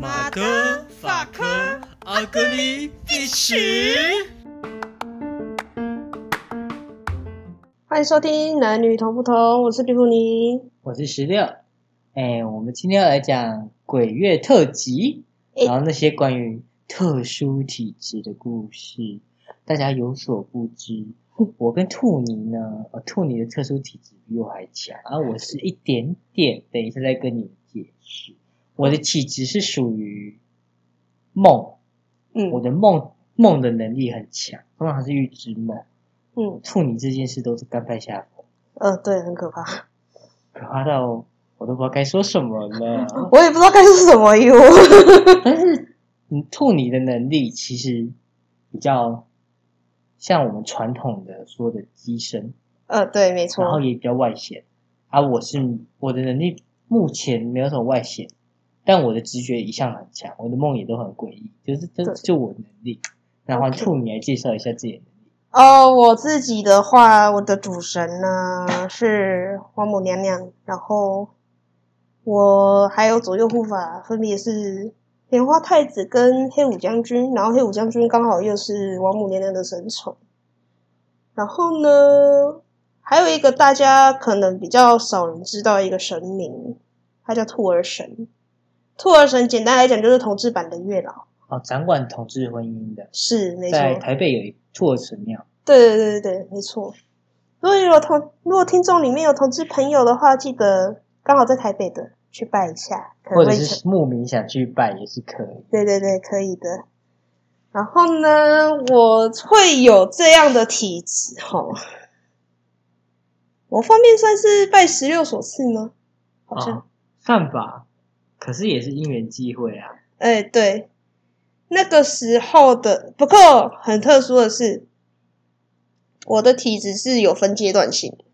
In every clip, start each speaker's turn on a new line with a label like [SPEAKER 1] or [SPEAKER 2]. [SPEAKER 1] 马德法科阿格里历史，
[SPEAKER 2] 欢迎收听《男女同不同》，我是比布尼。
[SPEAKER 3] 我是十六。哎，我们今天要来讲鬼月特辑，
[SPEAKER 2] 哎
[SPEAKER 3] 然后那些关于特殊体质的故事，大家有所不知。我跟兔尼呢，呃，兔尼的特殊体质比我还强，而、我是一点点，等一下再跟你们解释。我的体质是属于梦，
[SPEAKER 2] 嗯
[SPEAKER 3] 我的梦梦的能力很强，通常是预知梦。
[SPEAKER 2] 嗯
[SPEAKER 3] 兔尼这件事都是甘拜下风，
[SPEAKER 2] 呃，对，很 可怕，
[SPEAKER 3] 可怕到我都不知道该说什么了。
[SPEAKER 2] 我也不知道该说什么哟。
[SPEAKER 3] 但是你兔你的能力其实比较像我们传统的说的机身，
[SPEAKER 2] 呃，对，没
[SPEAKER 3] 然后
[SPEAKER 2] 错，
[SPEAKER 3] 也比较外显。而、我是我的能力目前没有什么外显，但我的直觉一向很强，我的梦也都很诡异，就是这
[SPEAKER 2] 对
[SPEAKER 3] 就我的能力。然后
[SPEAKER 2] OK
[SPEAKER 3] 兔你来介绍一下自己的能力。
[SPEAKER 2] 哦，我自己的话，我的主神呢是王母娘娘，然后我还有左右护法，分别是莲花太子跟黑武将军，然后黑武将军刚好又是王母娘娘的神宠。然后呢，还有一个大家可能比较少人知道的一个神明，它叫兔儿神。兔儿神简单来讲就是同志版的月老，
[SPEAKER 3] 哦，掌管统治婚姻的，
[SPEAKER 2] 是没错。
[SPEAKER 3] 在台北有一兔儿神庙，
[SPEAKER 2] 对对对对，没错。如果有同如果听众里面有同志朋友的话，记得刚好在台北的去拜一下，可
[SPEAKER 3] 或
[SPEAKER 2] 能
[SPEAKER 3] 者
[SPEAKER 2] 会
[SPEAKER 3] 是慕名想去拜也是可以。
[SPEAKER 2] 对对对，可以的。然后呢，我会有这样的体质吼。我方面算是拜十六所赐吗？好像，
[SPEAKER 3] 哦、算吧，可是也是因缘际会啊。
[SPEAKER 2] 哎、对，那个时候的。不过很特殊的是，我的体质是有分阶段性的。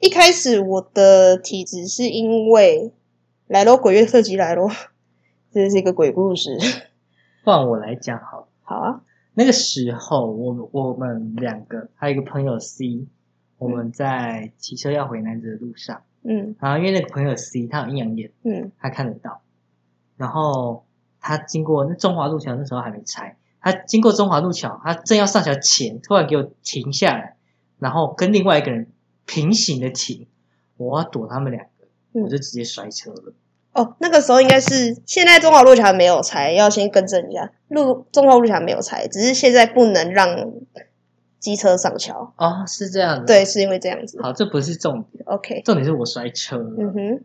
[SPEAKER 2] 一开始我的体质是因为来咯，鬼月特辑来咯，这是一个鬼故事。
[SPEAKER 3] 换我来讲好了。
[SPEAKER 2] 好啊，
[SPEAKER 3] 那个时候，我们我们两个还有一个朋友 C，我们在骑车要回南子的路上，
[SPEAKER 2] 嗯
[SPEAKER 3] 然后因为那个朋友 C 他有阴阳眼，
[SPEAKER 2] 嗯
[SPEAKER 3] 他看得到，然后他经过那中华路桥那时候还没拆，他经过中华路桥，他正要上桥前，突然给我停下来，然后跟另外一个人平行的停，我要躲他们两个，
[SPEAKER 2] 嗯
[SPEAKER 3] 我就直接摔车了。
[SPEAKER 2] 哦，那个时候应该是现在中华路桥没有拆，要先更正一下，路中华路桥没有拆，只是现在不能让机车上桥。
[SPEAKER 3] 哦，是这样的。，
[SPEAKER 2] 对，是因为这样子。
[SPEAKER 3] 好，这不是重点，
[SPEAKER 2] OK，
[SPEAKER 3] 重点是我摔车了。
[SPEAKER 2] 嗯哼。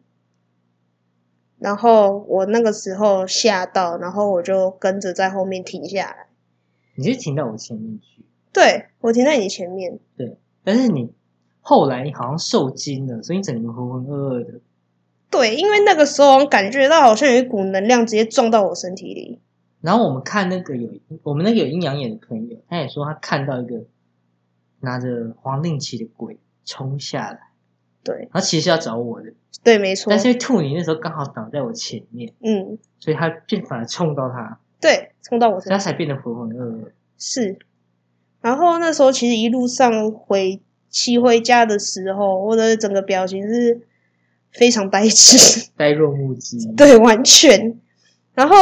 [SPEAKER 2] 然后我那个时候吓到，然后我就跟着在后面停下来。
[SPEAKER 3] 你是停到我前面去。
[SPEAKER 2] 对我停在你前面，
[SPEAKER 3] 但是你后来你好像受惊了，所以你整个浑浑噩噩的。
[SPEAKER 2] 对，因为那个时候我感觉到好像有一股能量直接撞到我身体里。
[SPEAKER 3] 然后我们看那个有我们那个有阴阳眼的朋友，他也说他看到一个拿着黄令旗的鬼冲下来，
[SPEAKER 2] 对
[SPEAKER 3] 然后其实是要找我的，
[SPEAKER 2] 对，没错
[SPEAKER 3] 但。是因为兔尼那时候刚好挡在我前面，
[SPEAKER 2] 嗯，
[SPEAKER 3] 所以他便反而冲到他，
[SPEAKER 2] 对，冲到我身
[SPEAKER 3] 所以他
[SPEAKER 2] 上
[SPEAKER 3] 才变得浑浑噩噩。
[SPEAKER 2] 是。然后那时候其实一路上回骑回家的时候，我的整个表情是非常呆滞。
[SPEAKER 3] 呆若木鸡，
[SPEAKER 2] 对，完全。然后，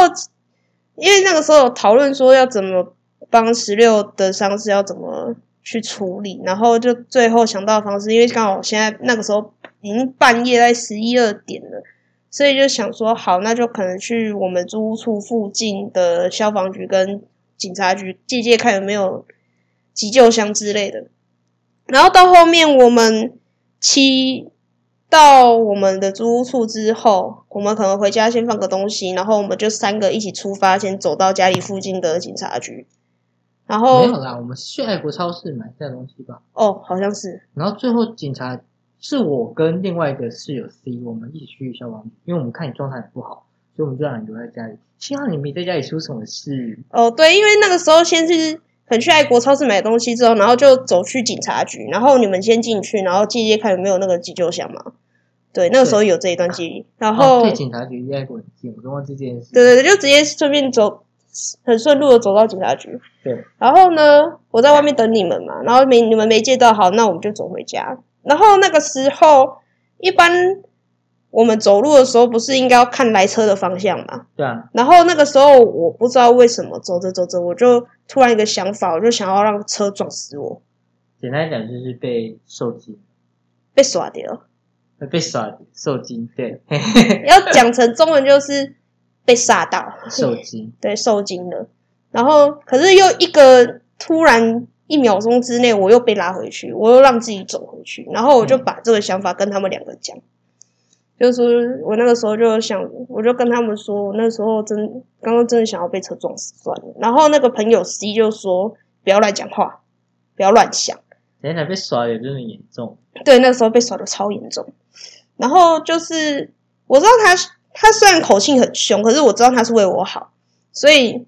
[SPEAKER 2] 因为那个时候有讨论说要怎么帮十六的伤势要怎么去处理，然后就最后想到的方式，因为刚好现在那个时候已经半夜在十一二点了，所以就想说好，那就可能去我们租屋处附近的消防局跟警察局借借看有没有急救箱之类的。然后到后面我们七到我们的租屋处之后，我们可能回家先放个东西，然后我们就三个一起出发，先走到家里附近的警察局。然
[SPEAKER 3] 没有
[SPEAKER 2] 后
[SPEAKER 3] 啦，我们是去爱国超市买这东西吧。
[SPEAKER 2] 哦，好像是
[SPEAKER 3] 然后最后警察是我跟另外一个室友 C，我们一起去消防局，因为我们看你状态很不好，所以我们就让你留在家里。幸好你没在家里出什么事。
[SPEAKER 2] 哦，对，因为那个时候先是很去爱国超市买东西之后，然后就走去警察局，然后你们先进去，然后借借看有没有那个急救箱嘛。对，那个时候有这一段记忆，然后、
[SPEAKER 3] 哦对警察局离爱国很近，我都忘记这件事。
[SPEAKER 2] 对对对，就直接顺便走，很顺路的走到警察局。
[SPEAKER 3] 对，
[SPEAKER 2] 然后呢，我在外面等你们嘛，然后没你们没借到，好，那我们就走回家。然后那个时候，一般我们走路的时候不是应该要看来车的方向吗？
[SPEAKER 3] 对啊，
[SPEAKER 2] 然后那个时候我不知道为什么走着走着，我就突然一个想法，我就想要让车撞死我，
[SPEAKER 3] 简单讲就是被受惊，
[SPEAKER 2] 被耍掉。
[SPEAKER 3] 呃被耍受惊，对，
[SPEAKER 2] 要讲成中文就是被吓到，
[SPEAKER 3] 受惊，
[SPEAKER 2] 对，受惊了。然后可是又一个突然一秒钟之内，我又被拉回去，我又让自己走回去，然后我就把这个想法跟他们两个讲，就是我那个时候就想，我就跟他们说，我那时候真刚刚真的想要被车撞死算了。然后那个朋友 C 就说不要乱讲话，不要乱想。
[SPEAKER 3] 简单讲被耍有这么严重，
[SPEAKER 2] 对，那个时候被耍的超严重。然后就是我知道他，他虽然口气很凶，可是我知道他是为我好，所以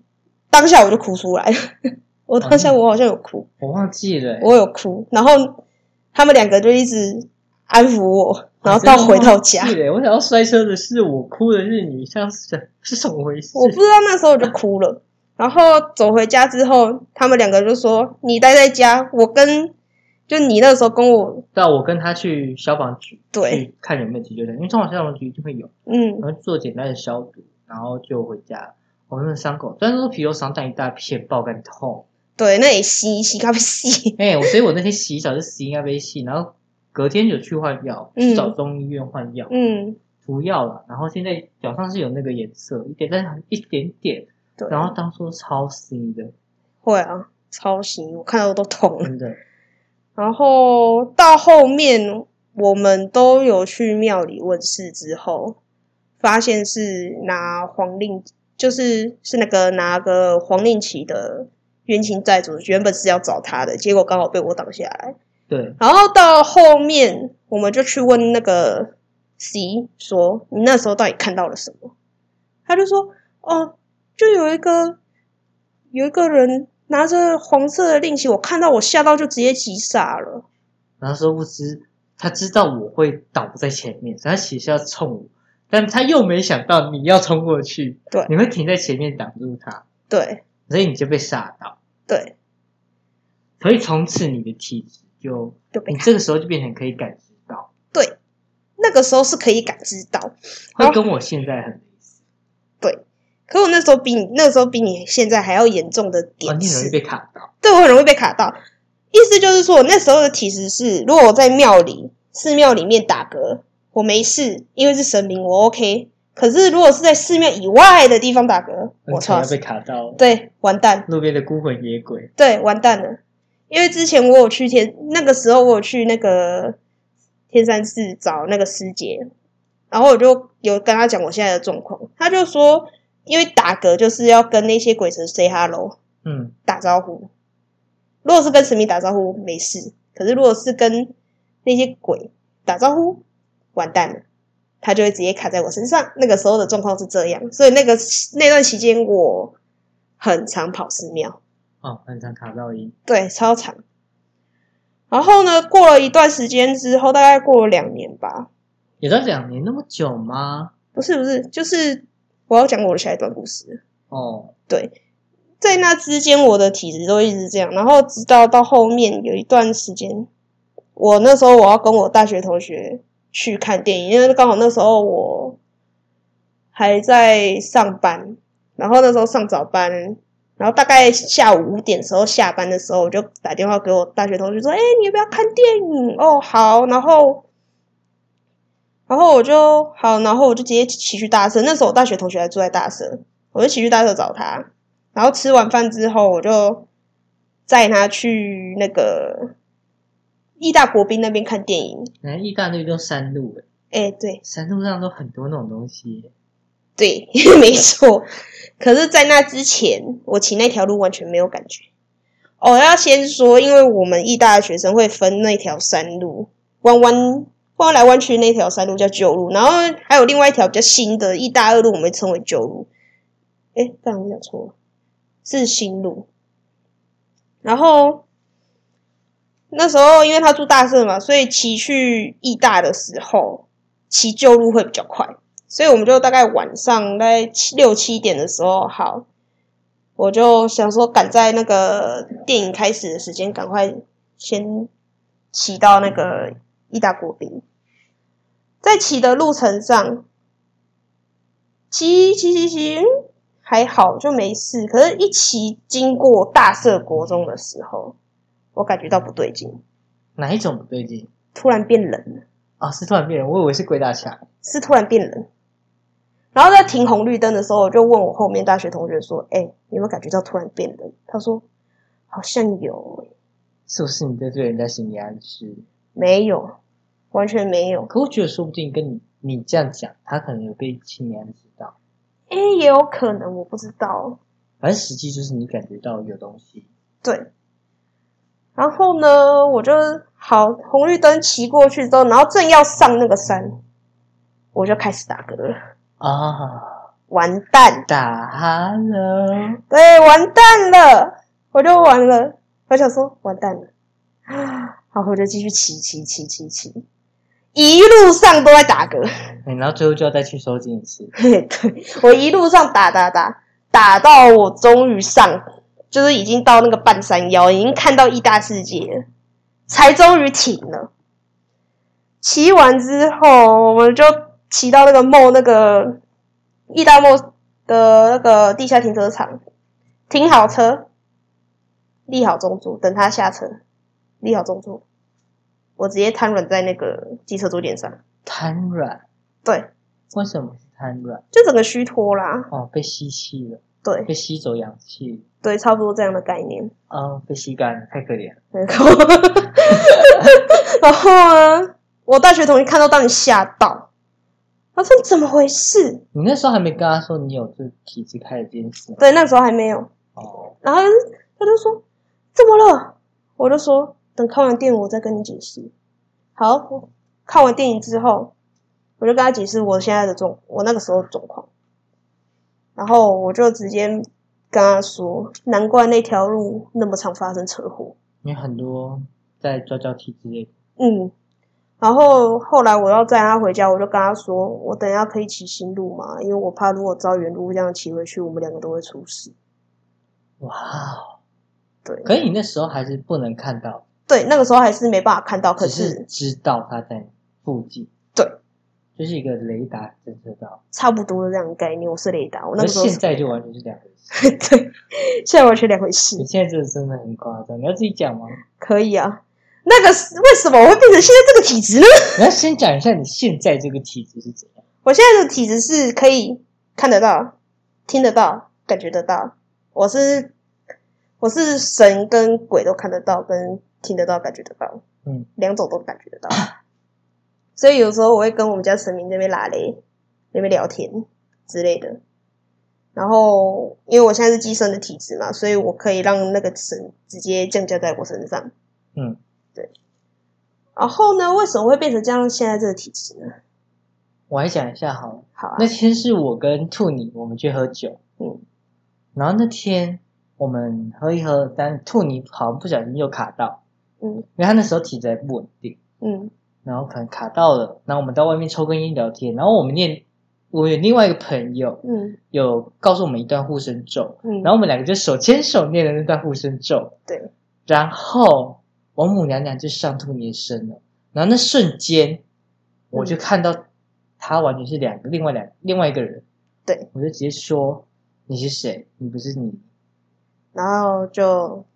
[SPEAKER 2] 当下我就哭出来了。 我当
[SPEAKER 3] 嗯
[SPEAKER 2] 下我好像有哭，
[SPEAKER 3] 我忘记了、欸，
[SPEAKER 2] 我有哭。然后他们两个就一直安抚我，然后到回到家
[SPEAKER 3] 我，真的忘记了欸我想要摔车的是我，哭的是你，像是是怎么回事？
[SPEAKER 2] 我不知道那时候我就哭了。然后走回家之后，他们两个就说：“你待在家，我跟就你那时候跟我
[SPEAKER 3] 对啊，我跟他去消防局
[SPEAKER 2] 对，
[SPEAKER 3] 去看有没有急救站，因为中华消防局一定会有，
[SPEAKER 2] 嗯，
[SPEAKER 3] 然后做简单的消毒，然后就回家。我、那个伤口虽然说皮肉伤，但一大片爆肝痛。
[SPEAKER 2] 对，那里吸吸，咖啡吸，
[SPEAKER 3] 哎、我所以我那天洗澡是洗应该被洗，然后隔天有去换药，
[SPEAKER 2] 嗯
[SPEAKER 3] 去找中医院换药，
[SPEAKER 2] 嗯，
[SPEAKER 3] 涂药了。然后现在脚上是有那个颜色一点，但是很一点点。
[SPEAKER 2] 对。
[SPEAKER 3] 然后当初超新的，
[SPEAKER 2] 会啊，超级，我看到都痛了。
[SPEAKER 3] 真的。
[SPEAKER 2] 然后到后面我们都有去庙里问事之后，发现是拿黄令，就是是那个拿个黄令旗的冤亲债主，原本是要找他的，结果刚好被我挡下来。
[SPEAKER 3] 对，
[SPEAKER 2] 然后到后面我们就去问那个 C 说：“你那时候到底看到了什么？”他就说：“哦，就有一个有一个人拿着黄色的令旗，我看到我吓到就直接急傻了。
[SPEAKER 3] 然后殊不知他知道我会倒在前面，所以他其实要冲我，但他又没想到你要冲过去，
[SPEAKER 2] 对
[SPEAKER 3] 你会停在前面挡住他，
[SPEAKER 2] 对
[SPEAKER 3] 所以你就被吓到。
[SPEAKER 2] 对，
[SPEAKER 3] 所以从此你的体质就，
[SPEAKER 2] 就被
[SPEAKER 3] 你
[SPEAKER 2] 他
[SPEAKER 3] 这个时候就变成可以感知到，
[SPEAKER 2] 对那个时候是可以感知到，哦
[SPEAKER 3] 会跟我现在很类似。
[SPEAKER 2] 可我那时候比你那时候比你现在还要严重的
[SPEAKER 3] 哦，
[SPEAKER 2] 点
[SPEAKER 3] 你很容易
[SPEAKER 2] 是，
[SPEAKER 3] 被卡到，
[SPEAKER 2] 对我很容易被卡到。意思就是说，我那时候的体质是，如果我在庙里寺庙里面打嗝，我没事，因为是神明，我 OK。可是如果是在寺庙以外的地方打嗝，我
[SPEAKER 3] 常
[SPEAKER 2] 操
[SPEAKER 3] 要，被卡到
[SPEAKER 2] 对，完蛋，
[SPEAKER 3] 路边的孤魂野鬼。
[SPEAKER 2] 对，完蛋了。因为之前我有去天，那个时候我有去那个天山寺找那个师姐，然后我就有跟她讲我现在的状况，她就说，因为打嗝就是要跟那些鬼神 say hello，
[SPEAKER 3] 嗯，
[SPEAKER 2] 打招呼。如果是跟神明打招呼没事，可是如果是跟那些鬼打招呼，完蛋了，他就会直接卡在我身上。那个时候的状况是这样，所以那个那段期间我很常跑寺庙，
[SPEAKER 3] 哦，很常卡到音。
[SPEAKER 2] 对，超常。然后呢，过了一段时间之后，大概过了两年吧，
[SPEAKER 3] 也到两年那么久吗？
[SPEAKER 2] 不是不是，就是我要讲我的下一段故事。
[SPEAKER 3] 哦，
[SPEAKER 2] 对，在那之间我的体质都一直这样，然后直到到后面有一段时间，我那时候我要跟我大学同学去看电影，因为刚好那时候我还在上班，然后那时候上早班。然后大概下午五点时候下班的时候，我就打电话给我大学同学说：“哎、你要不要看电影？”哦，好。然后，然后我就好，然后我就直接骑去大社。那时候我大学同学还住在大社，我就骑去大社找他，然后吃完饭之后，我就载他去那个义大国宾那边看电影。
[SPEAKER 3] 人家意大利都山路诶，
[SPEAKER 2] 哎，对
[SPEAKER 3] 山路上都很多那种东西。
[SPEAKER 2] 对， 没错。可是，在那之前，我骑那条路完全没有感觉。哦，要先说，因为我们义大的学生会分那条山路，弯弯弯来弯去那条山路叫旧路，然后还有另外一条比较新的义大二路，我们称为旧路。哎，不然我讲错了，是新路。然后那时候因为他住大社嘛，所以骑去义大的时候，骑旧路会比较快，所以我们就大概晚上大概七六七点的时候，好，我就想说赶在那个电影开始的时间，赶快先骑到那个义大国宾。在骑的路程上，骑骑骑骑嗯还好就没事，可是一骑经过大社国中的时候，我感觉到不对劲，
[SPEAKER 3] 哪一种不对劲？
[SPEAKER 2] 突然变冷了，
[SPEAKER 3] 哦，是突然变人，我以为是鬼打墙。
[SPEAKER 2] 是突然变冷。然后在停红绿灯的时候，我就问我后面大学同学说：“哎、你有没有感觉到突然变冷？”他说：“好像有、欸，
[SPEAKER 3] 是不是你在对人家心理暗示？
[SPEAKER 2] 没有，完全没有。
[SPEAKER 3] 可我觉得说不定跟你你这样讲，他可能有被心理暗示到，
[SPEAKER 2] 哎、也有可能，我不知道。”
[SPEAKER 3] 反正实际就是你感觉到有东西。
[SPEAKER 2] 对。然后呢，我就好红绿灯骑过去之后，然后正要上那个山，我就开始打嗝了，
[SPEAKER 3] 啊，
[SPEAKER 2] 完蛋，
[SPEAKER 3] 打哈喽，
[SPEAKER 2] 对，完蛋了，我就完了，我想说完蛋了，啊，好，我就继续骑骑骑骑骑，一路上都在打嗝，
[SPEAKER 3] 嗯然后最后就要再去收金一次。
[SPEAKER 2] 嘿 对我一路上打打打打到我终于上，就是已经到那个半山腰，已经看到一大世界了，才终于停了。骑完之后，我们就骑到那个梦那个意大梦的那个地下停车场，停好车，立好中柱，等他下车，立好中柱，我直接瘫软在那个机车坐垫上，
[SPEAKER 3] 瘫软，
[SPEAKER 2] 对，
[SPEAKER 3] 为什么是瘫软？
[SPEAKER 2] 就整个虚脱啦，
[SPEAKER 3] 哦，被吸气了，
[SPEAKER 2] 对。
[SPEAKER 3] 被吸走氧气，
[SPEAKER 2] 对，差不多这样的概念。
[SPEAKER 3] 哦，被吸干了，太可怜了。
[SPEAKER 2] 然后然后啊，我大学同学看到，当你吓到，他说怎么回事？
[SPEAKER 3] 你那时候还没跟他说你有这体质开始这件事吗
[SPEAKER 2] 对，那时候还没有。
[SPEAKER 3] 哦，
[SPEAKER 2] 然后他就他就说怎么了？我就说等看完电影我再跟你解释。好，我看完电影之后，我就跟他解释我现在的状，我那个时候的状况。然后我就直接跟他说，难怪那条路那么常发生车祸。
[SPEAKER 3] 你很多在抓交替之类的。
[SPEAKER 2] 嗯，然后后来我要载他回家，我就跟他说，我等一下可以骑新路嘛，因为我怕如果照原路这样骑回去，我们两个都会出事。
[SPEAKER 3] 哇哦，
[SPEAKER 2] 对，
[SPEAKER 3] 可是你那时候还是不能看到，
[SPEAKER 2] 对，那个时候还是没办法看到，可
[SPEAKER 3] 只
[SPEAKER 2] 是
[SPEAKER 3] 知道他在附近。
[SPEAKER 2] 对，
[SPEAKER 3] 就是一个雷达侦测到。
[SPEAKER 2] 差不多的这样的概念。我是雷达，我那
[SPEAKER 3] 而
[SPEAKER 2] 个时候
[SPEAKER 3] 现
[SPEAKER 2] 是
[SPEAKER 3] 在就完全是两回事。
[SPEAKER 2] 对，现在完全两回事
[SPEAKER 3] 你。现在这个真的很夸张，你要自己讲吗？
[SPEAKER 2] 可以啊，那个是为什么我会变成现在这个体质呢？
[SPEAKER 3] 你要先讲一下你现在这个体质是怎样。
[SPEAKER 2] 我现在的体质是可以看得到、听得到、感觉得到。我是我是神跟鬼都看得到，跟听得到、感觉得到，
[SPEAKER 3] 嗯，
[SPEAKER 2] 两种都感觉得到。 所以有时候我会跟我们家神明那边拉雷，那边聊天之类的。然后，因为我现在是寄生的体质嘛，所以我可以让那个神直接降价在我身上。
[SPEAKER 3] 嗯，
[SPEAKER 2] 然后呢，为什么会变成这样？现在这个体质呢？
[SPEAKER 3] 我来讲一下好了。
[SPEAKER 2] 好啊
[SPEAKER 3] 那，天是我跟兔妮我们去喝酒，
[SPEAKER 2] 嗯，
[SPEAKER 3] 然后那天我们喝一喝，但兔妮好像不小心又卡到，
[SPEAKER 2] 嗯
[SPEAKER 3] 因为他那时候体质还不稳定，
[SPEAKER 2] 嗯
[SPEAKER 3] 然后可能卡到了，然后我们到外面抽根烟聊天，然后我们念，我有另外一个朋友
[SPEAKER 2] 嗯
[SPEAKER 3] 有告诉我们一段护身咒，
[SPEAKER 2] 嗯，
[SPEAKER 3] 然后我们两个就手牵手念了那段护身咒，
[SPEAKER 2] 对，
[SPEAKER 3] 然后王母娘娘就上兔妮的身了，然后那瞬间我
[SPEAKER 2] 嗯
[SPEAKER 3] 就看到他完全是两个另外两另外一个人。
[SPEAKER 2] 对，
[SPEAKER 3] 我就直接说你是谁？你不是你，
[SPEAKER 2] 然后就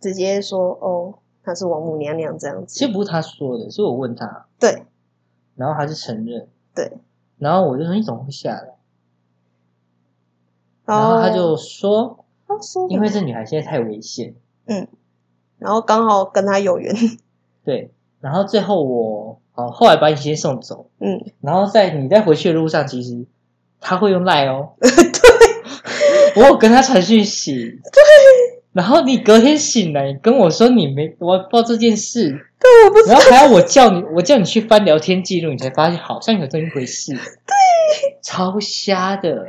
[SPEAKER 2] 直接说哦，她是王母娘娘这样
[SPEAKER 3] 其
[SPEAKER 2] 子。
[SPEAKER 3] 实不是他说的，是我问他，
[SPEAKER 2] 对
[SPEAKER 3] 然后他就承认，
[SPEAKER 2] 对，
[SPEAKER 3] 然后我就说你怎么会下来？
[SPEAKER 2] 然
[SPEAKER 3] 然后他就说，
[SPEAKER 2] 他说什
[SPEAKER 3] 因
[SPEAKER 2] 么，
[SPEAKER 3] 为这女孩现在太危险，
[SPEAKER 2] 然后刚好跟她有缘，
[SPEAKER 3] 对。然后最后我好后来把你先送走，
[SPEAKER 2] 嗯，
[SPEAKER 3] 然后在你在回去的路上，其实他会用赖 哦，对，我有跟他传讯息，对。然后你隔天醒来，你跟我说你没我不知道这件事，
[SPEAKER 2] 但我不知
[SPEAKER 3] 然后还要我叫你，我叫你去翻聊天记录，你才发现好像有这么一回事。对，超瞎的。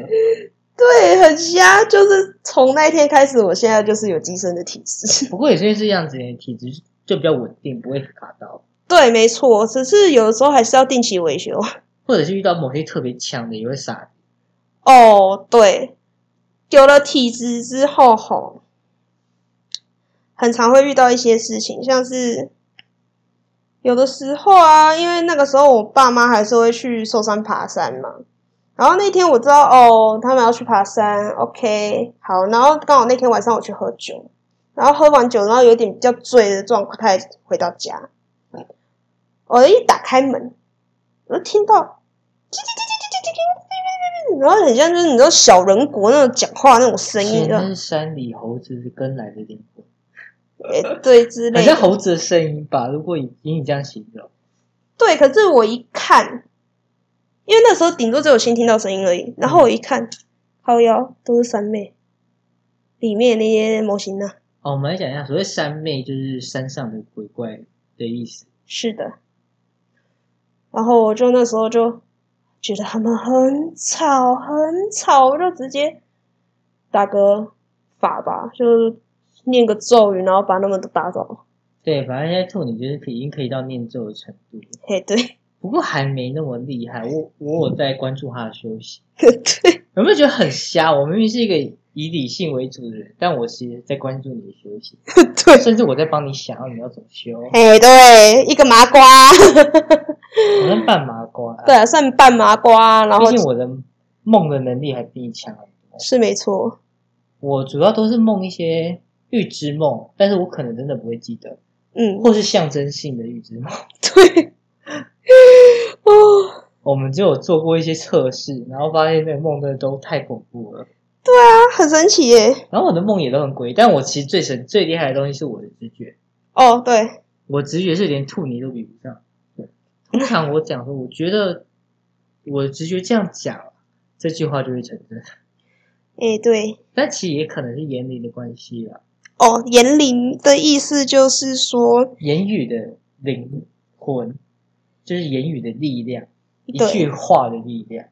[SPEAKER 2] 对很瞎，就是从那一天开始，我现在就是有机身的体质。
[SPEAKER 3] 不过也是因为这样子，体质就比较稳定，不会卡到，
[SPEAKER 2] 对，没错，只是有的时候还是要定期维修。
[SPEAKER 3] 或者是遇到某些特别强的也会傻。
[SPEAKER 2] 哦，对，有了体质之后吼，很常会遇到一些事情，像是有的时候啊，因为那个时候我爸妈还是会去寿山爬山嘛。然后那天我知道哦，他们要去爬山，OK，好。然后刚好那天晚上我去喝酒，然后喝完酒，然后有点比较醉的状态回到家，我一打开门，我就听到叽叽叽叽叽叽叽叽叽叽叽叽叽然后很像就是你知道小人国那种讲话那种声音，
[SPEAKER 3] 显
[SPEAKER 2] 就
[SPEAKER 3] 然是山里猴子跟来的灵魂，
[SPEAKER 2] 诶对之
[SPEAKER 3] 好
[SPEAKER 2] 类
[SPEAKER 3] 像
[SPEAKER 2] 的。
[SPEAKER 3] 猴子的声音吧？如果以以你这样形容，
[SPEAKER 2] 对，可是我一看，因为那时候顶多只有先听到声音而已，然后我一看，靠腰都是三妹，里面那些模型啊呢、
[SPEAKER 3] 哦，我们来讲一下，所谓山妹就是山上的鬼怪的意思。
[SPEAKER 2] 是的。然后我就那时候就觉得他们很吵很吵，我就直接打个法吧，就是念个咒语，然后把他们都打走。
[SPEAKER 3] 对，反正现在兔女就是可以已经可以到念咒的程度了，
[SPEAKER 2] 嘿，对，
[SPEAKER 3] 不过还没那么厉害。我我有在关注她的修行，
[SPEAKER 2] 对，
[SPEAKER 3] 有没有觉得很瞎？我明明是一个以理性为主的人，但我其实在关注你的修 行，
[SPEAKER 2] 对，
[SPEAKER 3] 甚至我在帮你想要你要怎么修，
[SPEAKER 2] 哎，对，一个麻瓜，
[SPEAKER 3] 好像半麻瓜。
[SPEAKER 2] 对，啊，算半麻瓜，然后
[SPEAKER 3] 毕竟我的梦的能力还比你强很多。
[SPEAKER 2] 是没错，
[SPEAKER 3] 我主要都是梦一些预知梦，但是我可能真的不会记得，
[SPEAKER 2] 嗯，
[SPEAKER 3] 或是象征性的预知梦。
[SPEAKER 2] 对，哦，
[SPEAKER 3] 我们就有做过一些测试，然后发现那个梦真的都太恐怖了。
[SPEAKER 2] 啊，很神奇耶，
[SPEAKER 3] 然后我的梦也都很诡异，但我其实最神最厉害的东西是我的直觉，
[SPEAKER 2] 哦，对，
[SPEAKER 3] 我直觉是连兔泥都比不上。通常我讲说，我觉得我的直觉这样讲，这句话就会成真，
[SPEAKER 2] 哎，对，
[SPEAKER 3] 但其实也可能是言灵的关系啦，
[SPEAKER 2] 哦，言灵的意思就是说，
[SPEAKER 3] 言语的灵魂就是言语的力量，一
[SPEAKER 2] 对
[SPEAKER 3] 句话的力量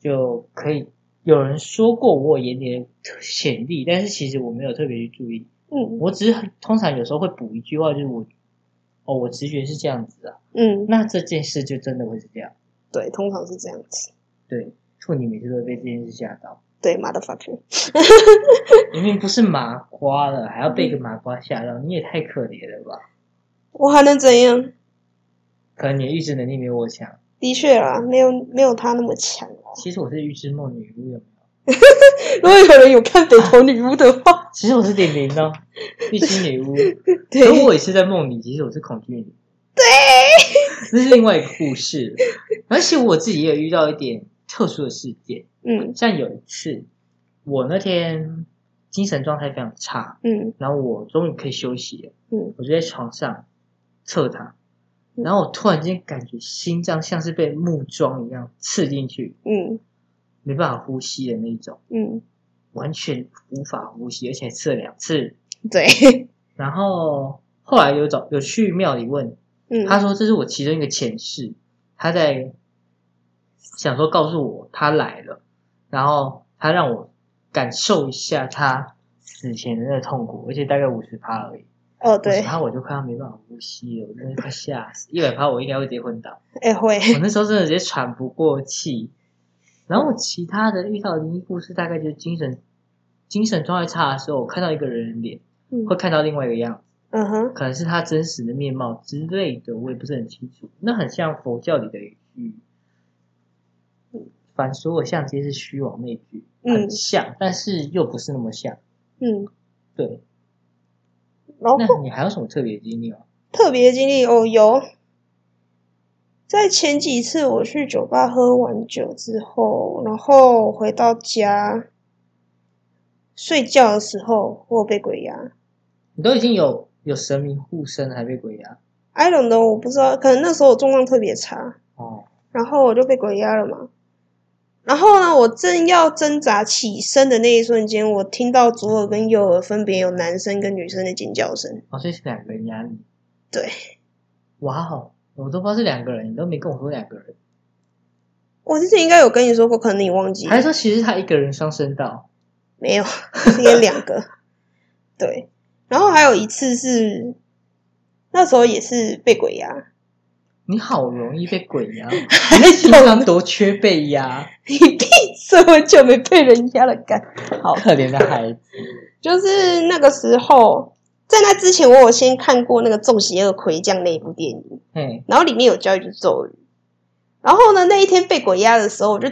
[SPEAKER 3] 就可以。有人说过我有言灵的潜力，但是其实我没有特别去注意，
[SPEAKER 2] 嗯
[SPEAKER 3] 我只是通常有时候会补一句话，就是我哦，我直觉是这样子啊，
[SPEAKER 2] 嗯，
[SPEAKER 3] 那这件事就真的会是这样。
[SPEAKER 2] 对，通常是这样子，
[SPEAKER 3] 对，兔你每次都会被这件事吓到，
[SPEAKER 2] 对，motherfucker，
[SPEAKER 3] 明明不是麻瓜了，还要被一个麻瓜吓到，你也太可怜了吧？
[SPEAKER 2] 我还能怎样？
[SPEAKER 3] 可能你的预知能力没有我强，
[SPEAKER 2] 的确啦，没有没有他那么强啊。
[SPEAKER 3] 其实我是预知梦女巫有没有？
[SPEAKER 2] 如果有人有看《北投女巫》的话，
[SPEAKER 3] 其实我是点零 哦，预知女巫。
[SPEAKER 2] 对，
[SPEAKER 3] 可我也是在梦里，其实我是恐惧女巫。对，那是另外一个故事。而且我自己也有遇到一点特殊的事件，
[SPEAKER 2] 嗯
[SPEAKER 3] 像有一次，我那天精神状态非常差，
[SPEAKER 2] 嗯
[SPEAKER 3] 然后我终于可以休息了，
[SPEAKER 2] 嗯，
[SPEAKER 3] 我就在床上侧躺，
[SPEAKER 2] 嗯
[SPEAKER 3] 然后我突然间感觉心脏像是被木桩一样刺进去，
[SPEAKER 2] 嗯
[SPEAKER 3] 没办法呼吸的那一种，
[SPEAKER 2] 嗯，
[SPEAKER 3] 完全无法呼吸，而且还刺了两次。
[SPEAKER 2] 对，
[SPEAKER 3] 然后后来有找有去庙里问，
[SPEAKER 2] 嗯，
[SPEAKER 3] 他说这是我其中一个前世，他在想说告诉我他来了，然后他让我感受一下他死前的那个痛苦，而且大概五十趴而已。
[SPEAKER 2] 哦对
[SPEAKER 3] 50，趴我就快要没办法呼吸了，我真的快吓死。一百趴我应该会直接昏倒，
[SPEAKER 2] 哎会，
[SPEAKER 3] 我那时候真的直接喘不过气。然后我其他的遇到的灵异故事，大概就是精神精神状态差的时候，我看到一个人的脸，
[SPEAKER 2] 嗯
[SPEAKER 3] 会看到另外一个样子。
[SPEAKER 2] 嗯哼，
[SPEAKER 3] 可能是他真实的面貌之类的，我也不是很清楚。那很像佛教里的一句“凡所有相皆是虚妄”那句，很
[SPEAKER 2] 嗯
[SPEAKER 3] 像，但是又不是那么像。
[SPEAKER 2] 嗯，
[SPEAKER 3] 对，
[SPEAKER 2] 然后
[SPEAKER 3] 那你还有什么特别的经历吗？
[SPEAKER 2] 特别经历哦有，在前几次我去酒吧喝完酒之后，然后回到家睡觉的时候，我有被鬼压。
[SPEAKER 3] 你都已经有有神明护身，还被鬼压
[SPEAKER 2] I don't know，我不知道，可能那时候我状况特别差，
[SPEAKER 3] 哦，
[SPEAKER 2] 然后我就被鬼压了嘛。然后呢，我正要挣扎起身的那一瞬间，我听到左耳跟右耳分别有男生跟女生的尖叫声。
[SPEAKER 3] 哦，所以是两个人压你。
[SPEAKER 2] 对，
[SPEAKER 3] 哇哦，我都不知道是两个人，你都没跟我说两个人，
[SPEAKER 2] 我之前应该有跟你说过，可能你忘记了
[SPEAKER 3] 还是说其实他一个人双声道？
[SPEAKER 2] 没有， 应该两个。对，然后还有一次是那时候也是被鬼压，
[SPEAKER 3] 你好容易被鬼压，你平常多缺被压。
[SPEAKER 2] 你闭嘴，我很久没被人压了，干。
[SPEAKER 3] 好可怜的孩子。
[SPEAKER 2] 就是那个时候，在那之前，我有先看过那个《中邪恶魁将》那一部电影，
[SPEAKER 3] 嘿，
[SPEAKER 2] 然后里面有教一句咒语。然后呢，那一天被鬼压的时候，我就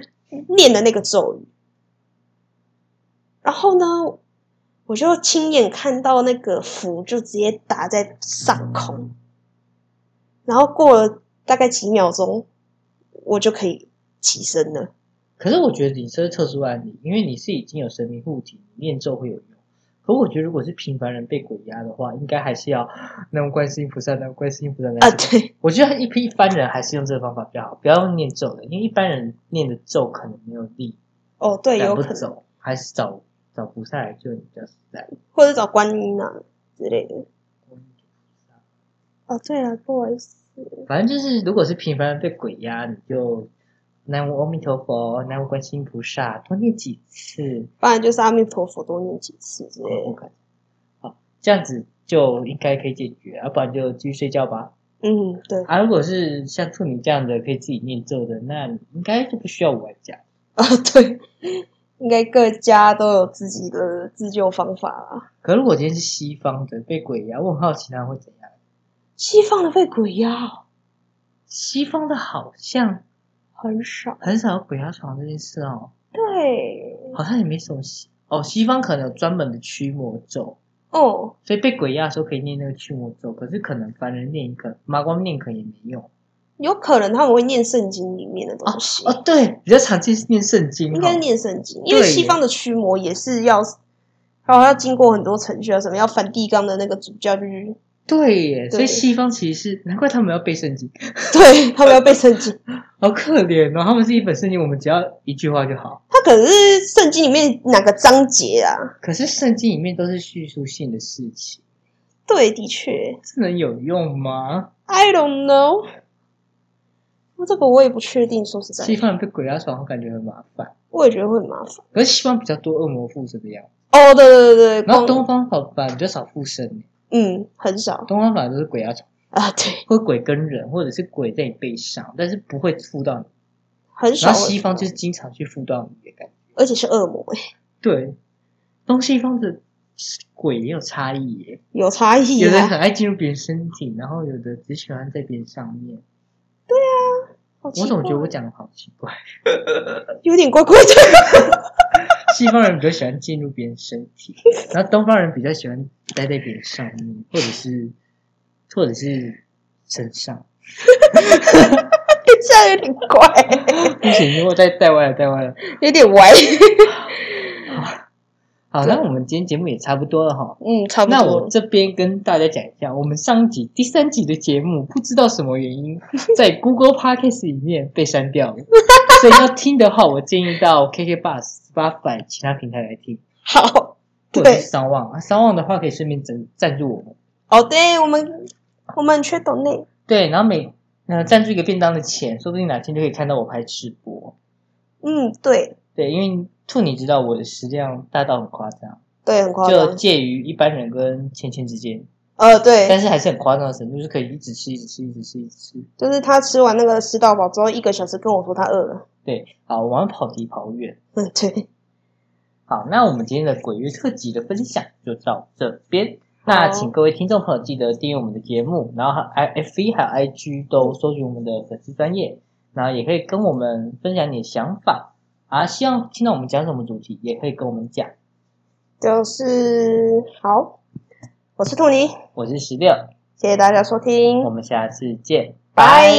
[SPEAKER 2] 念了那个咒语。然后呢，我就亲眼看到那个符就直接打在上空。然后过了大概几秒钟，我就可以起身了。
[SPEAKER 3] 可是我觉得你这是特殊案例，因为你是已经有神明护体，你念咒会有用。可我觉得如果是平凡人被鬼压的话，应该还是要南无观世音菩萨，南无观世音菩萨。南无
[SPEAKER 2] 啊，
[SPEAKER 3] 观世音
[SPEAKER 2] 对，
[SPEAKER 3] 我觉得一批一般人还是用这个方法比较好，不要用念咒的，因为一般人念的咒可能没有力，
[SPEAKER 2] 哦，对，
[SPEAKER 3] 赶
[SPEAKER 2] 有
[SPEAKER 3] 不
[SPEAKER 2] 可能，
[SPEAKER 3] 走，还是找找菩萨来救你比较实在。
[SPEAKER 2] 或者找观音啊之类的。哦，对了，不好意思，
[SPEAKER 3] 反正就是，如果是平凡人被鬼压，你就南无阿弥陀佛，南无观世音菩萨，多念几次，
[SPEAKER 2] 不然就是阿弥陀佛多念几次之类
[SPEAKER 3] 我
[SPEAKER 2] 的。
[SPEAKER 3] 感觉好，这样子就应该可以解决，要不然就继续睡觉吧。
[SPEAKER 2] 嗯，对。
[SPEAKER 3] 啊，如果是像处女这样的可以自己念咒的，那你应该就不需要我来讲。
[SPEAKER 2] 啊，对，应该各家都有自己的自救方法啦。
[SPEAKER 3] 可如果今天是西方的被鬼压，我很好奇他会怎样。
[SPEAKER 2] 西方的被鬼压哦
[SPEAKER 3] 西方的好像
[SPEAKER 2] 很少，
[SPEAKER 3] 很少有鬼压床这件事哦，
[SPEAKER 2] 对，
[SPEAKER 3] 好像也没什么西哦。西方可能有专门的驱魔咒，
[SPEAKER 2] 哦，
[SPEAKER 3] 所以被鬼压的时候可以念那个驱魔咒，可是可能凡人念一个，麻瓜念可能也没用。
[SPEAKER 2] 有可能他们会念圣经里面的东西，
[SPEAKER 3] 哦，对，比较常见是念圣经、哦，
[SPEAKER 2] 应该是念圣经，因为
[SPEAKER 3] 对耶
[SPEAKER 2] 西方的驱魔也是要，然后要经过很多程序啊，什么要梵蒂冈的那个主教就是，
[SPEAKER 3] 对耶。所
[SPEAKER 2] 对
[SPEAKER 3] 以西方其实是难怪他们要背圣经，
[SPEAKER 2] 对他们要背圣经，
[SPEAKER 3] 好可怜哦。他们是一本圣经，我们只要一句话就好。
[SPEAKER 2] 他可能是圣经里面哪个章节啊？
[SPEAKER 3] 可是圣经里面都是叙述性的事情，
[SPEAKER 2] 对，的确
[SPEAKER 3] 这能有用吗？
[SPEAKER 2] ，I don't know，这啊个我也不确定，说实在的，
[SPEAKER 3] 西方人被鬼压床，我感觉很麻烦。
[SPEAKER 2] 我也觉得会很麻烦。
[SPEAKER 3] 可是西方比较多恶魔附身的样子，
[SPEAKER 2] 哦，对对对对，
[SPEAKER 3] 然后
[SPEAKER 2] 光
[SPEAKER 3] 东方好反而比较少附身，
[SPEAKER 2] 嗯很少
[SPEAKER 3] 东方反而都是鬼压床，
[SPEAKER 2] 啊，对，
[SPEAKER 3] 或鬼跟人，或者是鬼在你背上，但是不会附到你。
[SPEAKER 2] 很少
[SPEAKER 3] 然
[SPEAKER 2] 会。
[SPEAKER 3] 后西方就是经常去附到你的感觉。
[SPEAKER 2] 而且是恶魔，哎，
[SPEAKER 3] 对，东西方的鬼也有差异耶，
[SPEAKER 2] 有差异
[SPEAKER 3] 有的
[SPEAKER 2] 啊，
[SPEAKER 3] 很爱进入别人身体，然后有的只喜欢在别人上面。
[SPEAKER 2] 我
[SPEAKER 3] 我总觉得我讲的好奇怪，
[SPEAKER 2] 有点怪怪 的，
[SPEAKER 3] 西方人比较喜欢进入别人身体，然后东方人比较喜欢待在别人上面，或者是或者是身上。
[SPEAKER 2] 这样有点怪，
[SPEAKER 3] 不行，我再带歪了，带歪了。
[SPEAKER 2] 有点歪，
[SPEAKER 3] 好，
[SPEAKER 2] 对
[SPEAKER 3] 那我们今天节目也差不多了哈。
[SPEAKER 2] 嗯，差不
[SPEAKER 3] 那
[SPEAKER 2] 多
[SPEAKER 3] 我。这边跟大家讲一下，我们上集第三集的节目，不知道什么原 因，在 Google Podcast 里面被删掉了。所以要听的话，我建议到 KK Bus、Spotify 其他平台来听，
[SPEAKER 2] 好，
[SPEAKER 3] 或者
[SPEAKER 2] 对
[SPEAKER 3] 是商望。啊商望的话，可以顺便赞赞助我们。
[SPEAKER 2] 哦，对我们我们很缺懂内，
[SPEAKER 3] 对，然后每呃赞助一个便当的钱，说不定哪天就可以看到我拍吃播。
[SPEAKER 2] 嗯，对
[SPEAKER 3] 对，因为兔你知道我的食量大到很夸张，
[SPEAKER 2] 对，很夸
[SPEAKER 3] 就
[SPEAKER 2] 张，
[SPEAKER 3] 介于一般人跟芊芊之间，
[SPEAKER 2] 呃，对
[SPEAKER 3] 但，是还是很夸张的程度，就是可以一直吃，一直吃，一直吃，一直吃。
[SPEAKER 2] 就是他吃完那个吃到饱之后，一个小时跟我说他饿了，
[SPEAKER 3] 对，好，我们跑题跑远。
[SPEAKER 2] 嗯，对，
[SPEAKER 3] 好，那我们今天的鬼月特辑的分享就到这边。那
[SPEAKER 2] 好
[SPEAKER 3] 请各位听众朋友记得订阅我们的节目，然后还 F V 还有 I G 都搜寻我们的粉丝专业，然后也可以跟我们分享你的想法啊，希望听到我们讲什么主题，也可以跟我们讲。
[SPEAKER 2] 就是好，我是兔尼，
[SPEAKER 3] 我是十六，
[SPEAKER 2] 谢谢大家收听
[SPEAKER 3] 我，们下次见，
[SPEAKER 2] 拜。